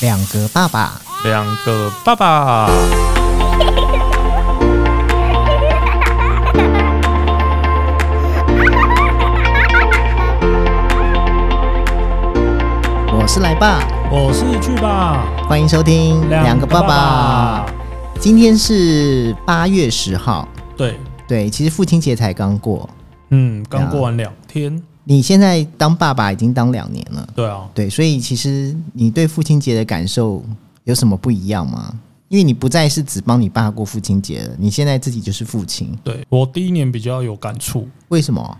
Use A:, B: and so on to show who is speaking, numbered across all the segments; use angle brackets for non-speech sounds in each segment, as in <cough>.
A: 两个爸爸，
B: 两个爸爸，
A: 我是来爸，
B: 我是去吧，
A: 欢迎收听两个爸爸。。今天是八月十号，
B: 对，
A: 对，其实父亲节才刚过。
B: 嗯，刚过完两天，
A: 你现在当爸爸已经当两年了，
B: 对啊，
A: 对，所以其实你对父亲节的感受有什么不一样吗？因为你不再是只帮你爸过父亲节了，你现在自己就是父亲，
B: 对我第一年比较有感触，
A: 为什么？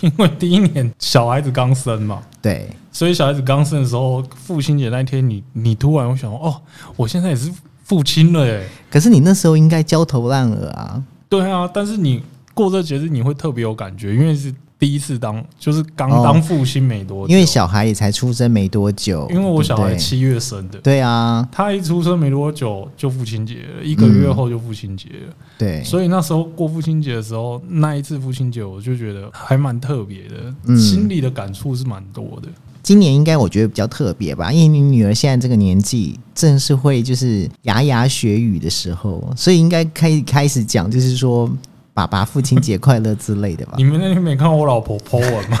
B: 因为第一年小孩子刚生嘛，
A: 对，
B: 所以小孩子刚生的时候，父亲节那天你，你突然会想，哦，我现在也是父亲了耶。
A: 可是你那时候应该焦头烂额啊，
B: 对啊，但是你过这节日，你会特别有感觉，因为是第一次当，就是刚
A: 哦
B: 当父亲没多久，
A: 因为小孩也才出生没多久，
B: 因为我小
A: 对
B: 孩
A: 不对
B: 七月生的，
A: 对啊，
B: 他一出生没多久就父亲节了，一个月后就父亲节了，
A: 对，
B: 所以那时候过父亲节的时候，那一次父亲节我就觉得还蛮特别的，
A: 嗯
B: 心里的感触是蛮多的。
A: 今年应该我觉得比较特别吧，因为你女儿现在这个年纪，正是会就是牙牙学语的时候，所以应该开开始讲，就是说爸爸父亲节快乐之类的吧
B: <laughs> 你。们那天没看我老婆 po 文
A: <laughs>
B: 吗？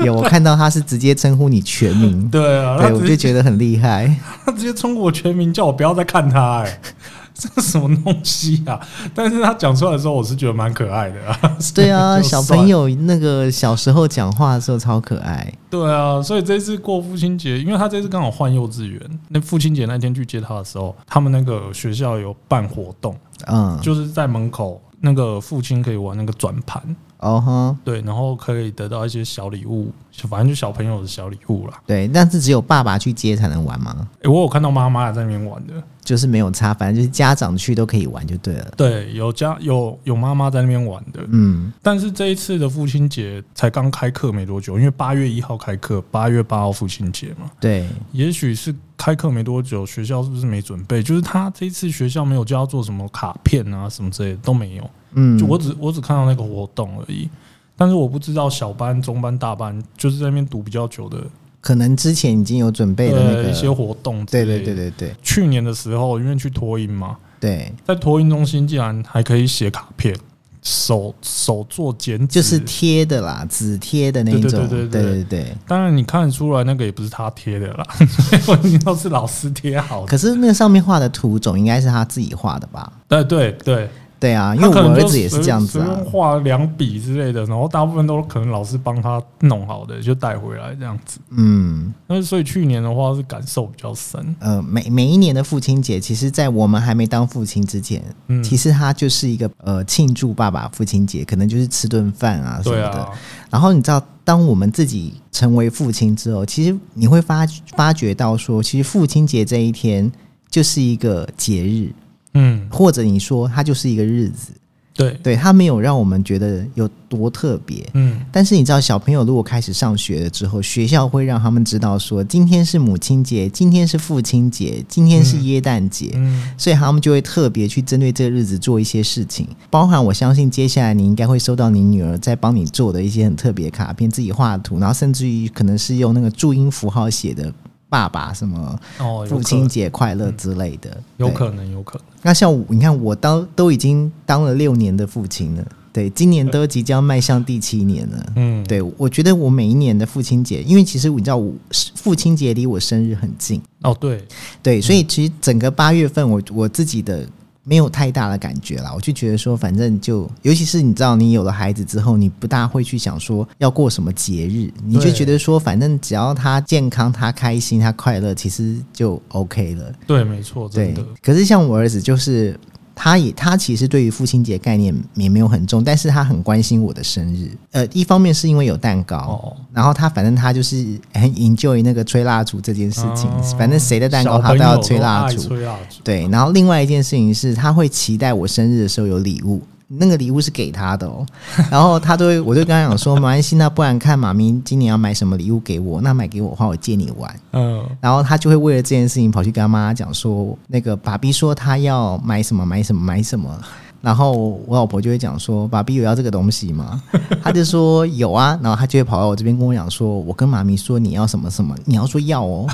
A: 有我看到她是直接称呼你全名，
B: 对啊，她
A: 对我
B: 直
A: 就
B: 接
A: 觉得很厉
B: <laughs>
A: 害。
B: 他直接冲我全名叫我不要再看他、哎， <laughs> 这是什么东西啊？但是他讲出来的时候，我是觉得蛮可爱的、啊。
A: 对啊，
B: <laughs> 就
A: 小
B: 算
A: 朋友那个小时候讲话的时候超可爱。
B: 对啊，所以这次过父亲节，因为他这次刚好换幼稚园，那父亲节那天去接他的时候，他们那个学校有办活动，
A: 嗯，
B: 就是在门口那个父亲可以玩那个转盘，
A: 哦哈，
B: 对，然后可以得到一些小礼物，反正就小朋友的小礼物啦。
A: 对，但是只有爸爸去接才能玩吗？
B: 诶，我有看到妈妈在那边玩的，
A: 就是没有差，反正就是家长去都可以玩就对了。
B: 对，有家有有妈妈在那边玩的，
A: 嗯，
B: 但是这一次的父亲节才刚开课没多久，因为八月一号开课，八月八号父亲节嘛，
A: 对，
B: 也许是开课没多久，学校是不是没准备？就是他这一次学校没有教他做什么卡片啊什么之类的都没有，
A: 嗯，
B: 就我只我只看到那个活动而已。但是我不知道小班、中班、大班，就是在那边读比较久的，
A: 可能之前已经有准备的那
B: 呃
A: 个
B: 一些活动之
A: 对
B: 类的。
A: 对对对对
B: 去年的时候，因为去托音嘛，
A: 对，
B: 在托音中心竟然还可以写卡片，手手做剪纸，
A: 就是贴的啦，纸贴的那一种，
B: 对对对
A: 对
B: 对
A: 对
B: 对
A: 对
B: 当然你看得出来那个也不是他贴的啦， <laughs> 所以你都是老师贴好的。
A: 可是那个上面画的图总应该是他自己画的吧？
B: 对对对，
A: 对啊，因
B: 他
A: 为
B: 可
A: 我
B: 能
A: 儿
B: 就
A: 子也是
B: 随
A: 这样子
B: 随
A: 啊
B: 便。画两笔之类的，然后大部分都可能老师帮他弄好的，就带回来这样子。
A: 嗯
B: 那所以去年的话是感受比较深，
A: 呃，每每一年的父亲节，其实，在我们还没当父亲之前，
B: 嗯，
A: 其实他就是一个呃庆祝爸爸父亲节，可能就是吃顿饭啊什么
B: 对
A: 的。
B: 啊，
A: 然后你知道，当我们自己成为父亲之后，其实你会发发觉到说，其实父亲节这一天就是一个节日，
B: 嗯，
A: 或者你说它就是一个日子，
B: 对，
A: 对它没有让我们觉得有多特别。
B: 嗯，
A: 但是你知道，小朋友如果开始上学了之后，学校会让他们知道说，今天是母亲节，今天是父亲节，今天是耶诞节。
B: 嗯，
A: 所以他们就会特别去针对这个日子做一些事情，包含我相信接下来你应该会收到你女儿在帮你做的一些很特别的卡片，自己画的图，然后甚至于可能是用那个注音符号写的“爸爸”什么
B: 哦，
A: “
B: 有
A: 父
B: 可
A: 亲
B: 能，嗯
A: 节快乐”之类的，
B: 有
A: 对
B: 可能，有可能，
A: 那像我你看，我当都已经当了六年的父亲了，对，今年都即将迈向第七年了。
B: 嗯，
A: 对，我觉得我每一年的父亲节，因为其实你知道我，父亲节离我生日很近，
B: 哦，对，
A: 对，所
B: 嗯
A: 以其实整个八月份我，我自己的没有太大的感觉啦，我就觉得说，反正就，尤其是你知道，你有了孩子之后，你不大会去想说要过什么节日，你就
B: 对
A: 觉得说，反正只要他健康、他开心、他快乐，其实就 OK 了。
B: 对，没错，真
A: 对
B: 的，，
A: 可是像我儿子就是他也他其实对于父亲节概念也没有很重，但是他很关心我的生日。呃，一方面是因为有蛋糕，
B: 哦
A: 然后他反正他就是很 enjoy 那个吹蜡烛这件事情，
B: 哦
A: 反正谁的蛋糕他都要吹蜡
B: 小朋友都爱
A: 烛。
B: 吹蜡烛。
A: 对，然后另外一件事情是，他会期待我生日的时候有礼物，那个礼物是给他的
B: <laughs>
A: 哦。然后他都会，我就跟他讲说，没关系，那不然看妈咪今年要买什么礼物给我，那买给我的话，我借你玩。
B: 嗯，
A: 然后他就会为了这件事情跑去跟他妈讲说，那个爸比说他要买什么买什么买什么。然后我老婆就会讲说：“爸比有要这个东西吗？” <laughs> 他就说：“有啊。”然后他就会跑到我这边跟我讲说：“我跟妈咪说你要什么什么，你要说要哦。”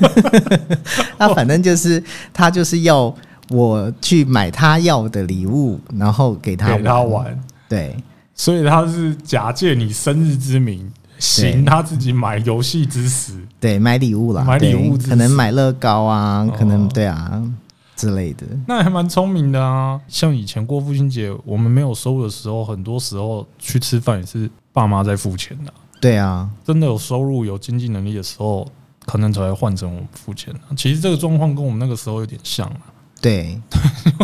A: <laughs> 那反正就是他就是要我去买他要的礼物，然后给他
B: 给他玩，
A: 对，
B: 所以他是假借你生日之名，行他自己买游戏之实。
A: 对，买礼物啦，
B: 买礼物
A: 对
B: 之
A: 可能
B: 类
A: 买乐高啊，可能
B: 哦
A: 对啊之类的。
B: 那还蛮聪明的啊！像以前过父亲节，我们没有收的时候，很多时候去吃饭也是爸妈在付钱的啊、
A: 对啊，
B: 真的有收入、有经济能力的时候，可能才会换成我们付钱、啊。其实这个状况跟我们那个时候有点像、啊， <laughs>
A: 对，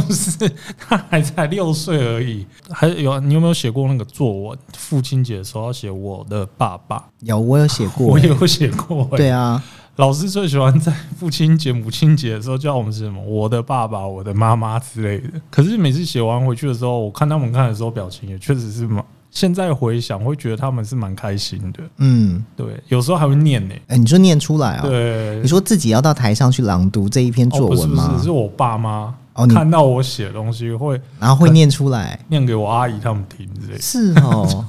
B: 就是他还才六岁而已。还有你有没有写过那个作文？父亲节的时候要写我的爸爸，
A: 有我有写过、
B: <laughs> 我也有写过、欸。
A: 对啊，
B: 老师最喜欢在父亲节、母亲节的时候叫我们写什么“我的爸爸”“我的妈妈”之类的。可是每次写完回去的时候，我看他们看的时候，表情也确实是蛮……现在回想，会觉得他们是蛮开心的。
A: 嗯，
B: 对，有时候还会念呢、
A: 哎、你说念出来啊、
B: 对
A: 你，说自己要到台上去朗读这一篇
B: 哦，
A: 作
B: 不是
A: 文
B: 不
A: 吗？
B: 是，是我爸妈
A: 哦你
B: 看到我写的东西会
A: 然后会念出来，
B: 念给我阿姨他们听之
A: <laughs>
B: 类的。
A: 是
B: <laughs>
A: 哦，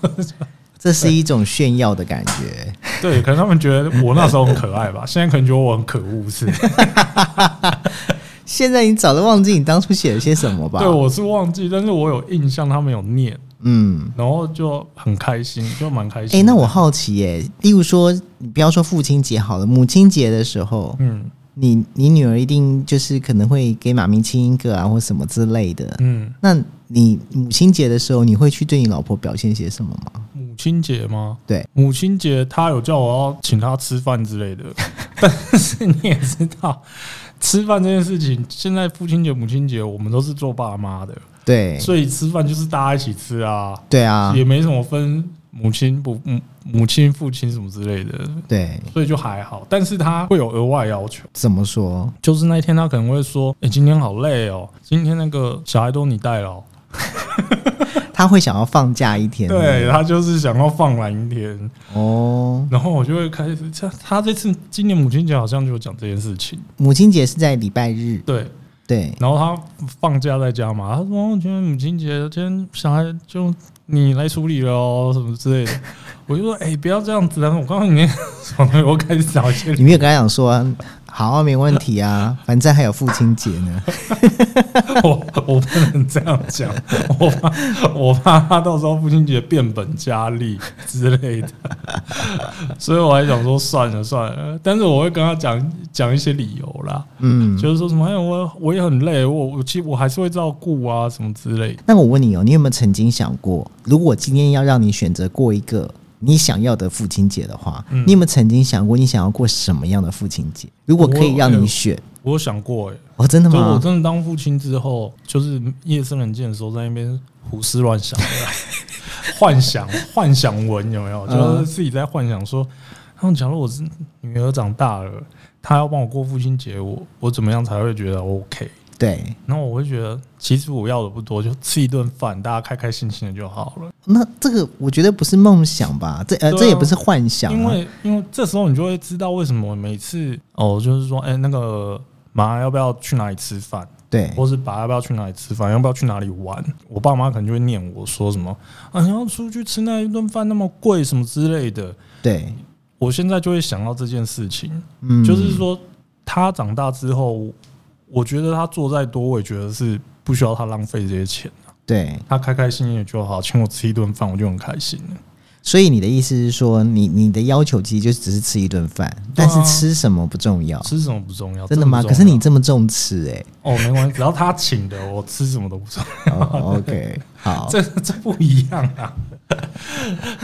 A: 这是一种炫耀的感觉。
B: 对，可能他们觉得我那时候很可爱吧，现在可能觉得我很可恶
A: <laughs>
B: 是。
A: 现在你早都忘记你当初写了些什么吧？
B: 对，我是忘记，但是我有印象，他们有念，
A: 嗯，
B: 然后就很开心，就蛮开
A: 哎、
B: 心的。
A: 那我好奇耶、例如说，你不要说父亲节好了，母亲节的时候，
B: 嗯
A: 你你女儿一定就是可能会给妈咪亲一个啊，或什么之类的。
B: 嗯。
A: 那你母亲节的时候，你会去对你老婆表现些什么吗？
B: 母亲节吗？
A: 对，
B: 母亲节他有叫我要请他吃饭之类的， <laughs> 但是你也知道，吃饭这件事情，现在父亲节、母亲节我们都是做爸妈的，
A: 对，
B: 所以吃饭就是大家一起吃啊，
A: 对啊，
B: 也没什么分母亲不母母亲、父亲什么之类的，
A: 对，
B: 所以就还好。但是他会有额外要求，
A: 怎么说？
B: 就是那一天他可能会说：“哎、今天好累哦，今天那个小孩都你带了哦、
A: 他会想要放假一天。
B: 对，他就是想要放懒一天。
A: 哦，
B: 然后我就会开始，他他这次今年母亲节好像就有讲这件事情，
A: 母亲节是在礼拜日，
B: 对。
A: 对，
B: 然后他放假在家嘛，他说哦今天母亲节，今天小孩就你来处理了哦，什么之类的。我就说哎、不要这样子啊！我告诉你， <laughs> 从我哎开始找一些
A: 你没有跟他讲说好啊，没问题啊，反正还有父亲节
B: <laughs>
A: 呢。
B: 我我不能这样讲，我怕我怕他到时候父亲节变本加厉之类的，所以我还想说算了算了，但是我会跟他讲讲一些理由啦，
A: 嗯，
B: 就是说什么哎我我也很累，我我其实我还是会照顾啊什么之类的，
A: 那我问你哦，你有没有曾经想过，如果今天要让你选择过一个你想要的父亲节的话，
B: 嗯
A: 你有没有曾经想过你想要过什么样的父亲节？如果可以让你选，
B: 我有想过哎、欸，
A: 哦，真的
B: 就我
A: 吗？
B: 真的当父亲之后，就是夜深人静的时候，在那边胡思乱想，幻想 <laughs> 幻想文有没有？就是自己在幻想说，然后假如我是女儿长大了，她要帮我过父亲节，我我怎么样才会觉得 OK？
A: 对，
B: 然后我会觉得，其实我要的不多，就吃一顿饭，大家开开心心的就好了。
A: 那这个我觉得不是梦想吧？这呃，
B: 对啊
A: 这也不是幻想、
B: 因
A: 啊，
B: 为因为这时候你就会知道为什么每次哦，就是说，哎、那个妈要不要去哪里吃饭？
A: 对，
B: 或是爸要不要去哪里吃饭，要不要去哪里玩，我爸妈可能就会念我说什么啊，你要出去吃那一顿饭那么贵什么之类的。
A: 对，
B: 我现在就会想到这件事情，
A: 嗯，
B: 就是说他长大之后，我觉得他做再多，我也觉得是不需要他浪费这些钱，
A: 对。
B: 他开开心心的就好，请我吃一顿饭，我就很开心了。
A: 所以你的意思是说，你你的要求其实就只是吃一顿饭，但是吃什么不重要，
B: 啊吃什么不重要，
A: 真的吗？
B: 这
A: 可
B: 不
A: 是
B: 重要
A: 你这么重吃、
B: <laughs>
A: 欸，
B: 哦，没关系，只要他请的，我吃什么都不重要， <laughs>
A: 哎、哦、，OK，好，
B: 这这不一样啊。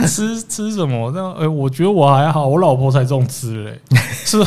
B: 吃吃什么？那哎、我觉得我还好，我老婆才重吃嘞、是，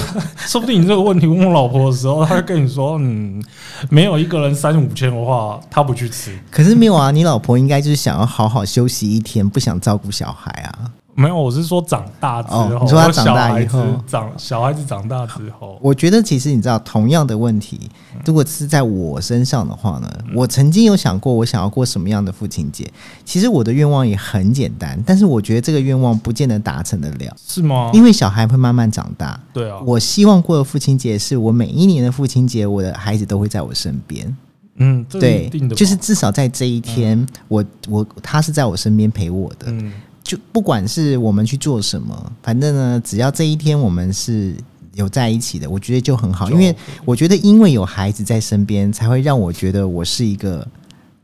B: 说不定你这个问题问我老婆的时候，她会跟你说，嗯，没有一个人三五千的话，她不去吃。
A: 可是没有啊，你老婆应该就是想要好好休息一天，不想照顾小孩啊。
B: 没有，我是说长大之
A: 哦
B: 后，
A: 你说她
B: 我
A: 长
B: 小
A: 大
B: 孩
A: 以后
B: 子长小孩子长大之后，
A: 我觉得其实你知道，同样的问题，
B: 嗯
A: 如果是在我身上的话呢，我曾经有想过我想要过什么样的父亲节。其实我的愿望也很简单，但是我觉得这个愿望不见得达成得了，
B: 是吗？
A: 因为小孩会慢慢长大。
B: 啊对啊，
A: 我希望过的父亲节是我每一年的父亲节，我的孩子都会在我身边。
B: 嗯，这是
A: 对
B: 一定的，吧，
A: 就是至少在这一天，我我他是在我身边陪我的。
B: 嗯，
A: 就不管是我们去做什么，反正呢，只要这一天我们是有在一起的，我觉得就很好。
B: 就
A: 因为我觉得，因为有孩子在身边，才会让我觉得我是一个，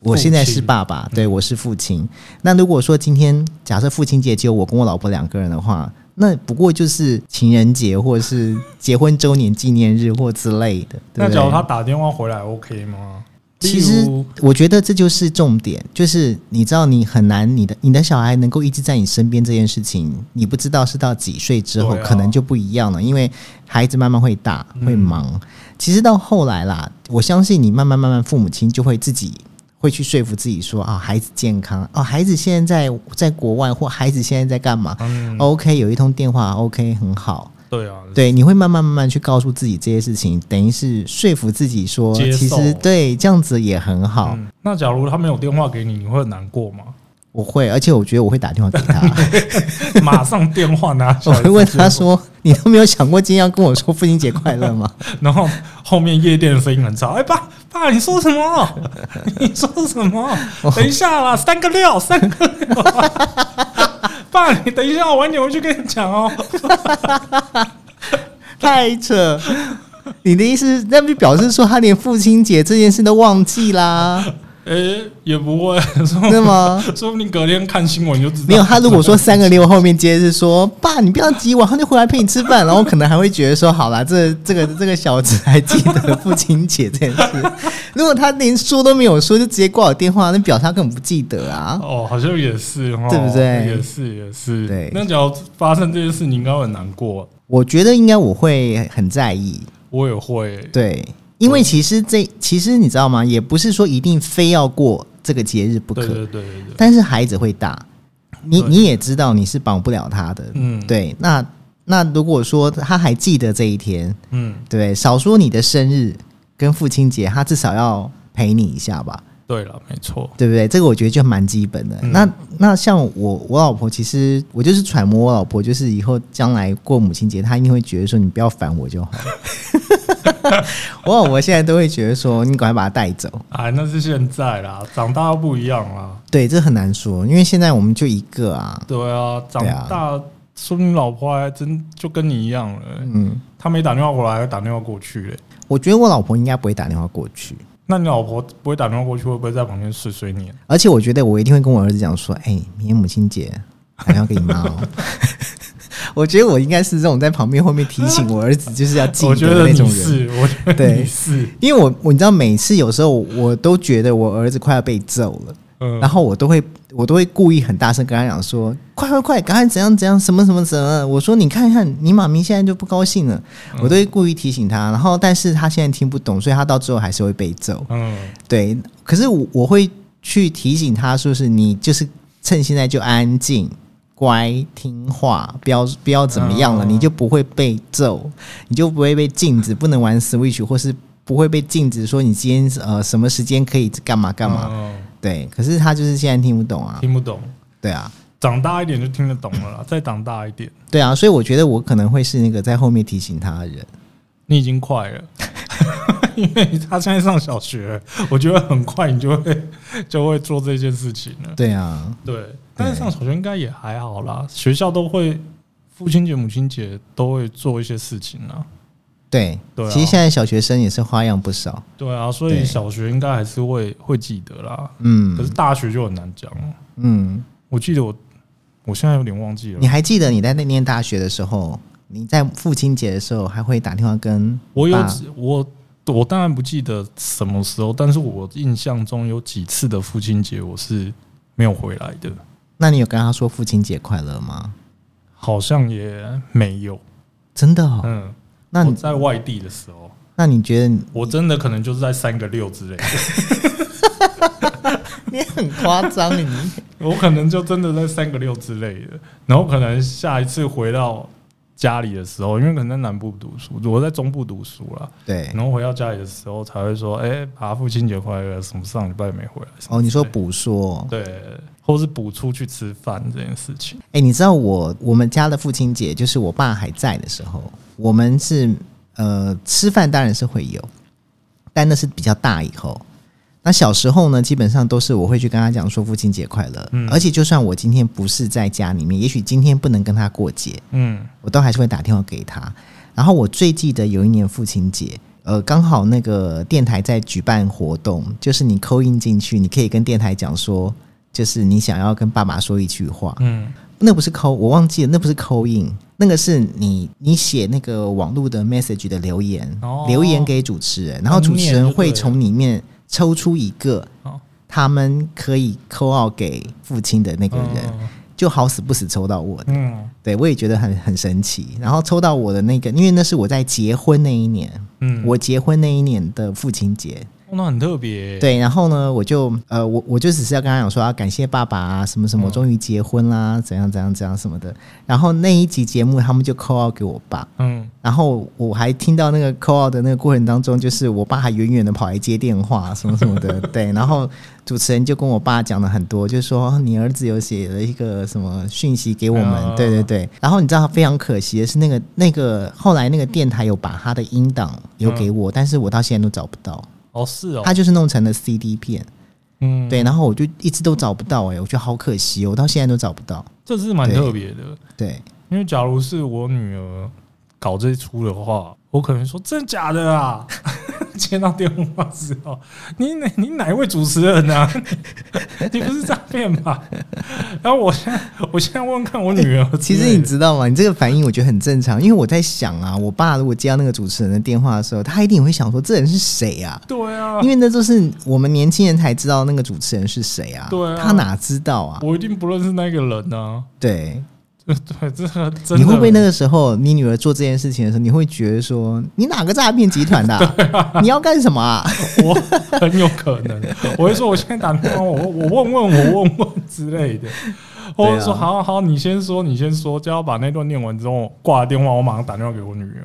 A: 我现在是爸爸，
B: 嗯
A: 对我是父亲。那如果说今天假设父亲节只有我跟我老婆两个人的话，那不过就是情人节或者是结婚周年纪念日或之类的，对
B: 那
A: 不
B: 假如
A: 对
B: 他？打电话回来，OK 吗？
A: 其实
B: 例如
A: 我觉得这就是重点，就是你知道，你很难，你的你的小孩能够一直在你身边这件事情，你不知道是到几岁之后、
B: 对啊
A: 可能就不一样了，因为孩子慢慢会大，会忙。
B: 嗯
A: 其实到后来啦，我相信你慢慢慢慢，父母亲就会自己。会去说服自己说啊，孩子健康哦，孩子现在在在国外，或孩子现在在干嘛、
B: 嗯，
A: o k 有一通电话，OK，很好。
B: 对啊，
A: 哦对，你会慢慢慢慢去告诉自己这些事情，等于是说服自己说，
B: 接受
A: 其实对这样子也很好。
B: 嗯。那假如他没有电话给你，你会很难过吗？
A: 我会，而且我觉得我会打电话给
B: <laughs>
A: 他，
B: 马上电话拿起
A: 我
B: 来，
A: 会问他说：“你都没有想过今天要跟我说父亲节快乐吗
B: 然后后面夜店的声音很吵，哎、爸爸，你说
A: <laughs>
B: 什么？你说什么？
A: 哦
B: 等一下啦，三个六，三个六。 <laughs> 爸，你等一下，我晚点回去跟你讲哦。？” <laughs>
A: 太扯！你的意思是，那不就表示说他连父亲节这件事都忘记啦，
B: <laughs> 哎、也不会，
A: 对
B: 说
A: 吗？
B: <laughs> 说不定隔天看新闻就知
A: <laughs>
B: 道。
A: 没有，他如果说三个六后面接的是说“爸，你不要急，晚上就回来陪你吃饭”，然后可能还会觉得说：“好啦，这这个这个小子还记得父亲节这件事。”如果他连说都没有说，就直接挂我电话，那表示他根本不记得啊。
B: 哦，好像也是哦，
A: 对不对
B: 也是也是。
A: 对
B: 那假如发生这件事，你应该会很难过。
A: 我觉得应该我会很在意，
B: 我也会，
A: 对，因为其实这其实你知道吗？也不是说一定非要过这个节日不可，
B: 对对对对对，
A: 但是孩子会大，你
B: 对
A: 你也知道你是绑不了他的，
B: 嗯
A: 对。那那如果说他还记得这一天，
B: 嗯，
A: 对，少说你的生日跟父亲节，他至少要陪你一下吧，
B: 对了，没错，
A: 对不对？这个我觉得就蛮基本的。那那像我我老婆，其实我就是揣摩我老婆，就是以后将来过母亲节，她一定会觉得说你不要烦我就好。我老婆现在都会觉得说你赶快把她带走。
B: 哎，那是现在啦，长大不一样啦。
A: 对，这很难说，因为现在我们就一个啊。
B: 对啊，长
A: 对啊
B: 大、说明老婆还真就跟你一样了、
A: 嗯，
B: 她没打电话过来，还打电话过去嘞、
A: 我觉得我老婆应该不会打电话过去，
B: 那你老婆不会打电话过去，会不会在旁边碎碎念？
A: 而且我觉得我一定会跟我儿子讲说，哎、明天母亲节
B: <laughs>
A: 打电话给你妈哦。 <laughs> 我觉得我应该是这种在旁边后面提醒我儿子就是要记
B: <laughs> 我觉
A: 得的
B: 得
A: 那
B: 你
A: 种人。
B: 是，我觉得
A: 对
B: 你是，
A: 因为我我你知道，每次有时候我都觉得我儿子快要被揍了， <laughs>
B: 嗯
A: 然，后我都会我都会故意很大声跟他讲说：“快快快，赶快怎样怎样，什么什么什么。”我说：“你看看，你妈咪现在就不高兴了。”
B: 嗯
A: 我都会故意提醒他，然后但是他现在听不懂，所以他到最后还是会被揍。
B: 嗯，
A: 对，可是我我会去提醒他，说是你就是趁现在就安安静。乖听话，不要不要怎么样了，
B: 嗯
A: 你就不会被揍，你就不会被禁止不能玩 Switch，或是不会被禁止说你今天呃什么时间可以干嘛干嘛。
B: 嗯
A: 对，可是他就是现在听不懂啊，
B: 听不懂，
A: 对啊，
B: 长大一点就听得懂了啦，再长大一点，
A: 对啊，所以我觉得我可能会是那个在后面提醒他的人。
B: 你已经快了。 <laughs> 因为她现在上小学，我觉得很快你就会就会做这件事情了。
A: 对啊，
B: 对，但是上小学应该也还好啦，学校都会父亲节、母亲节都会做一些事情啦。
A: 对，
B: 对啊
A: 其实现在小学生也是花样不少。
B: 对啊，所
A: 对
B: 以小学应该还是会会记得啦。可是
A: 嗯
B: 大学就很难讲了。
A: 嗯，
B: 我记得我，我现在有点忘记
A: 你
B: 了。
A: 还记得你在那念大学的时候，你在父亲节的时候还会打电话跟
B: 我有
A: 爸
B: 几我我当然不记得什么时候，但是我印象中有几次的父亲节我是没有回来的。
A: 那你有跟他说父亲节快乐吗？
B: 好像也没有。
A: 真的、哦？
B: 嗯，
A: 那
B: 我
A: 你
B: 在外地的时候，
A: 那你觉得你
B: 我真的可能就是在三个六之类的，
A: <laughs> 你很夸张，你
B: 我可能就真的在三个六之类的。然后可能下一次回到家里的时候，因为可能在南部读书，我在中部读书啦，
A: <laughs> 对
B: 然后回到家里的时候才会说，哎、爸，父亲节快乐，什么上礼拜没回来。什么
A: 哦，你说
B: 之类的
A: 补说，
B: 对，或是补出去吃饭这件事情，
A: 哎、你知道我我们家的父亲节，就是我爸还在的时候，我们是呃吃饭当然是会有，但那是比较大以后。那小时候呢，基本上都是我会去跟他讲说父亲节快乐，
B: 嗯
A: 而且就算我今天不是在家里面，也许今天不能跟他过节，
B: 嗯，
A: 我都还是会打电话给他。然后我最记得有一年父亲节，呃，刚好那个电台在举办活动，就是你扣印进去，你可以跟电台讲说，就是你想要跟爸爸说一句话，
B: 嗯，
A: 那不是扣，我忘记了，那不是扣印，那个是你你写那个网络的 message 的留言，
B: 哦
A: 留言给主持人，然后主持
B: 念就
A: 人
B: 对
A: 会
B: 了
A: 从里面抽出一个
B: 哦
A: 他们可以扣号给父亲的那个人，
B: 哦
A: 就好死不死抽到我的，
B: 嗯，
A: 对我也觉得很很神奇。然后抽到我的那个，因为那是我在结婚那一年，
B: 嗯嗯，
A: 我结婚那一年的父亲节，
B: 哦那很特别，，
A: 对，然后呢，我就呃，我我就只是要跟他讲说啊，感谢爸爸啊，什么什么，终于结婚啦，怎样怎样怎样什么的。然后那一集节目他们就扣号给我爸，
B: 嗯，
A: 然后我还听到那个扣号的那个过程当中，就是我爸还远远的跑来接电话，什么什么的，对。然后主持人就跟我爸讲了很多，就是说哦你儿子有写了一个什么讯息给我们，
B: 啊
A: 对对对。然后你知道非常可惜的是，那个那个后来那个电台有把他的音档留给我，但是我到现在都找不到。
B: 哦是哦，
A: 他就是弄成了 CD 片，
B: 嗯，
A: 对，，然后我就一直都找不到、哎，我觉得好可惜哦，我到现在都找不到。
B: 这是蛮
A: 对
B: 特别的，
A: 对，
B: 因为假如是我女儿搞这一出的话，我可能说真的假的啊。 <laughs> 接到电话之后，你哪你哪一位主持人啊？ <laughs> 你不是诈骗吧？然后我现在我现在问看我女儿之
A: 其
B: 类的，
A: 实你知道吗？你这个反应我觉得很正常，因为我在想啊，我爸如果接到那个主持人的电话的时候，他一定会想说这人是谁啊？
B: 对啊，
A: 因为那都是我们年轻人才知道那个主持人是谁啊，
B: 对啊
A: 他哪知道啊？
B: 我一定不认识那个人啊。
A: 对，
B: 对对，这个真的
A: 你会不会那个时候你女儿做这件事情的时候，你会觉得说你哪个诈骗集团的
B: <laughs>
A: 啊、你要干什么啊？
B: 我很有可能，我会说我现在打电话，我我问问我问问之类的，我会说
A: 对啊
B: 好好，你先说，你先说，叫他把那段念完之后挂了电话，我马上打电话给我女儿。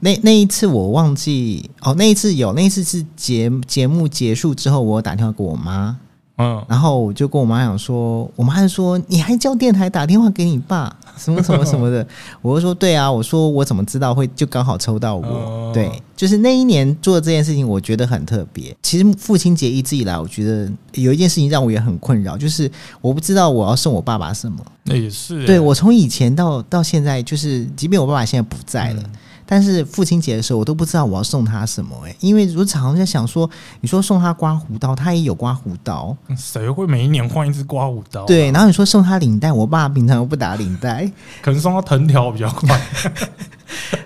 A: 那那一次我忘记哦，那一次有，那一次是节节目结束之后，我有打电话给我妈，
B: 嗯，
A: 然后我就跟我妈讲说，我妈就说你还叫电台打电话给你爸，什么什么什么的，我就说对啊，我说我怎么知道会就刚好抽到我，
B: 哦
A: 对，就是那一年做的这件事情，我觉得很特别。其实父亲节一直以来，我觉得有一件事情让我也很困扰，就是我不知道我要送我爸爸什么。
B: 那也是欸，
A: 对我从以前到到现在，就是即便我爸爸现在不在了，但是父亲节的时候，我都不知道我要送他什么、欸。因为我常常在想说，你说送他刮胡刀，他也有刮胡刀，
B: 谁会每一年换一只刮胡刀啊？
A: 对。然后你说送他领带，我爸平常又不打领带， <laughs>
B: 可能送他藤条比较快。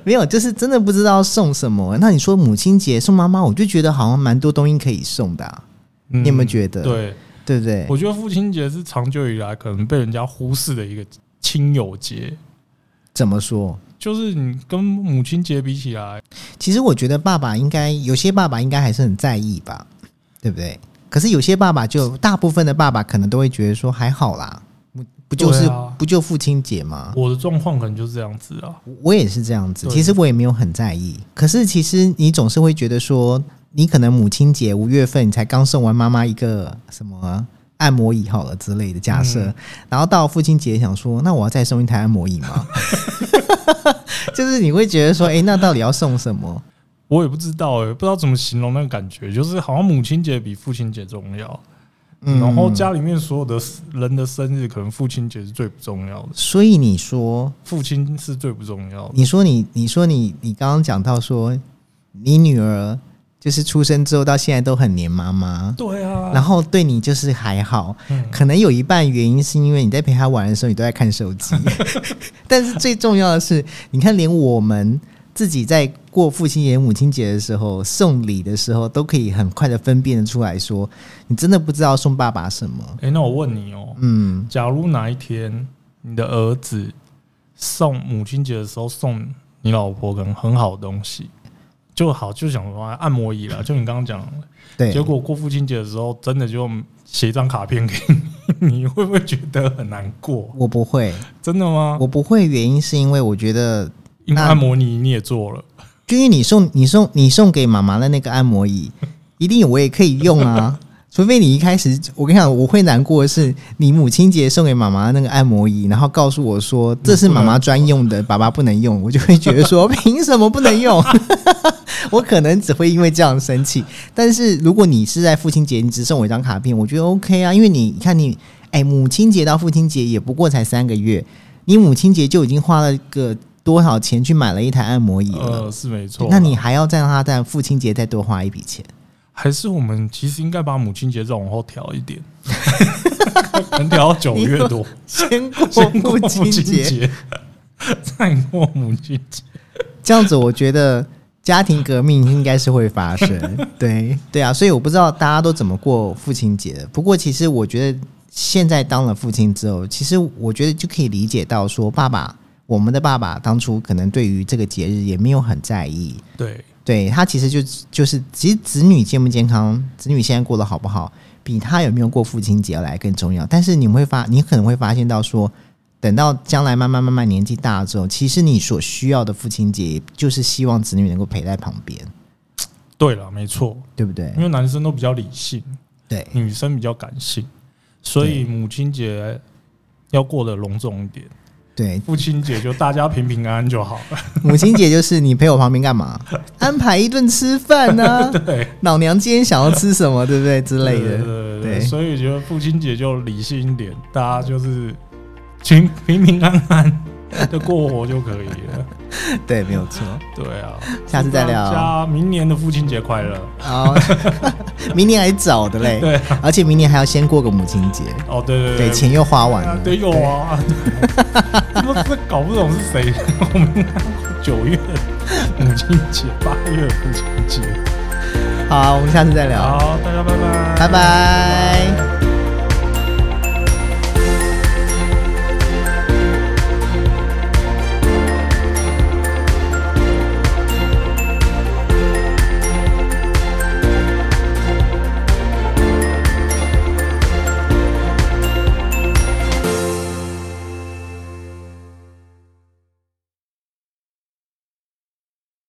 A: 没有，就是真的不知道送什么、那你说母亲节送妈妈，我就觉得好像蛮多东西可以送的啊、
B: 你
A: 有没有觉得
B: 嗯对，
A: 对不对？
B: 我觉得父亲节是长久以来可能被人家忽视的一个亲友节，
A: 怎么说？
B: 就是你跟母亲节比起来，
A: 其实我觉得爸爸应该有些爸爸应该还是很在意吧，对不对？可是有些爸爸就大部分的爸爸可能都会觉得说还好啦，不不就是、
B: 对啊
A: 不就父亲节吗？
B: 我的状况可能就是这样子啊。
A: 我也是这样子，
B: 对
A: 其实我也没有很在意。可是其实你总是会觉得说，你可能母亲节五月份你才刚送完妈妈一个什么按摩椅好了之类的假设，
B: 嗯
A: 然后到父亲节想说，那我要再送一台按摩椅吗？ <laughs> 就是你会觉得说，哎、那到底要送什么？
B: 我也不知道哎、不知道怎么形容那个感觉，就是好像母亲节比父亲节重要，
A: 嗯
B: 然后家里面所有的 s- 人的生日，可能父亲节是最不重要的，
A: 所以你说，
B: 父亲是最不重要的。
A: 你说你，你说你，你刚刚讲到说，你女儿就是出生之后到现在都很黏妈妈，
B: 对啊，
A: 然后对你就是还好，
B: 嗯
A: 可能有一半原因是因为你在陪
B: <laughs>
A: 她玩的时候，你都在看手机。但是最重要的是，你看，连我们自己在过父亲节、母亲节的时候送礼的时候，都可以很快的分辨得出来说，你真的不知道送爸爸什么。
B: 诶，那我问你哦，
A: 嗯，
B: 假如哪一天你的儿子送母亲节的时候送你老婆可能很好的东西，就好就想说啊按摩椅啦，就你刚刚讲的，
A: 对。
B: 结果过父亲节的时候真的就写一张卡片给你， <laughs> 你会不会觉得很难过？
A: 我不会，
B: 真的吗？
A: 我不会，原因是因为我觉得，
B: 因为
A: 那
B: 按摩你你也做了，
A: 就因为你送你送你送给妈妈的那个按摩椅，一定我也可以用啊。除非你一开始，我跟你讲，我会难过的是，你母亲节送给妈妈的那个按摩椅，然后告诉我说这是妈妈专用的，爸爸不能用，我就会觉得说凭什么不能用？我可能只会因为这样生气。但是如果你是在父亲节，你只送我一张卡片，我觉得 OK 啊，因为你你看你，哎，母亲节到父亲节也不过才三个月，你母亲节就已经花了个多少钱去买了一台按摩椅了？
B: 呃，是没错啦。
A: 那你还要再让他在父亲节再多花一笔 <laughs> 钱？
B: 还是我们其实应该把母亲节再往后调
A: <laughs>
B: 一点，可能调到九月多，
A: 先过
B: 先过
A: 父亲节，，
B: <laughs> 再过母亲节。
A: 这样子我觉得家庭革命应该是会发生。 <laughs> 对对啊，所以我不知道大家都怎么过父亲节的。不过其实我觉得现在当了父亲之后，其实我觉得就可以理解到说，爸爸，我们的爸爸当初可能对于这个节日也没有很在意。
B: 对，
A: 对他其实就就是，其实子女健不健康，子女现在过得好不好，比他有没有过父亲节来更重要。但是你们会发，你可能会发现到说，等到将来慢慢慢慢年纪大了之后，其实你所需要的父亲节，就是希望子女能够陪在旁边，
B: 对了，没错，
A: 对不对
B: 因？为男生都比较理性，
A: 对，
B: 女生比较感性，所以母亲节要过得隆重一点，
A: 对，
B: 父亲节就大家平平安安就好了。
A: 母亲节就是你陪我旁边干嘛？安排一顿吃饭
B: <laughs>
A: 呢、
B: 对，
A: 老娘今天想要吃什么，对不对？之类
B: 对对
A: 的。
B: 对对
A: 对
B: 对，所以觉得父亲节就理性一点，大家就是平平平安安的过活就可以
A: <laughs>
B: 了。
A: 对，没有错。
B: 对啊，
A: 下次再聊
B: 祝大家明年的父亲节快乐！
A: 好，哦 <laughs> 明年还早的嘞。
B: 对
A: 而且明年还要先过个母亲节，
B: 哦，对对
A: 对，钱又花完
B: 啊
A: 了，，
B: 对有啊，我这搞不懂是谁。 <laughs> 我们九月母亲节，八月母亲节。
A: 好，我们下次再聊，
B: 好，大家拜拜，
A: 拜拜。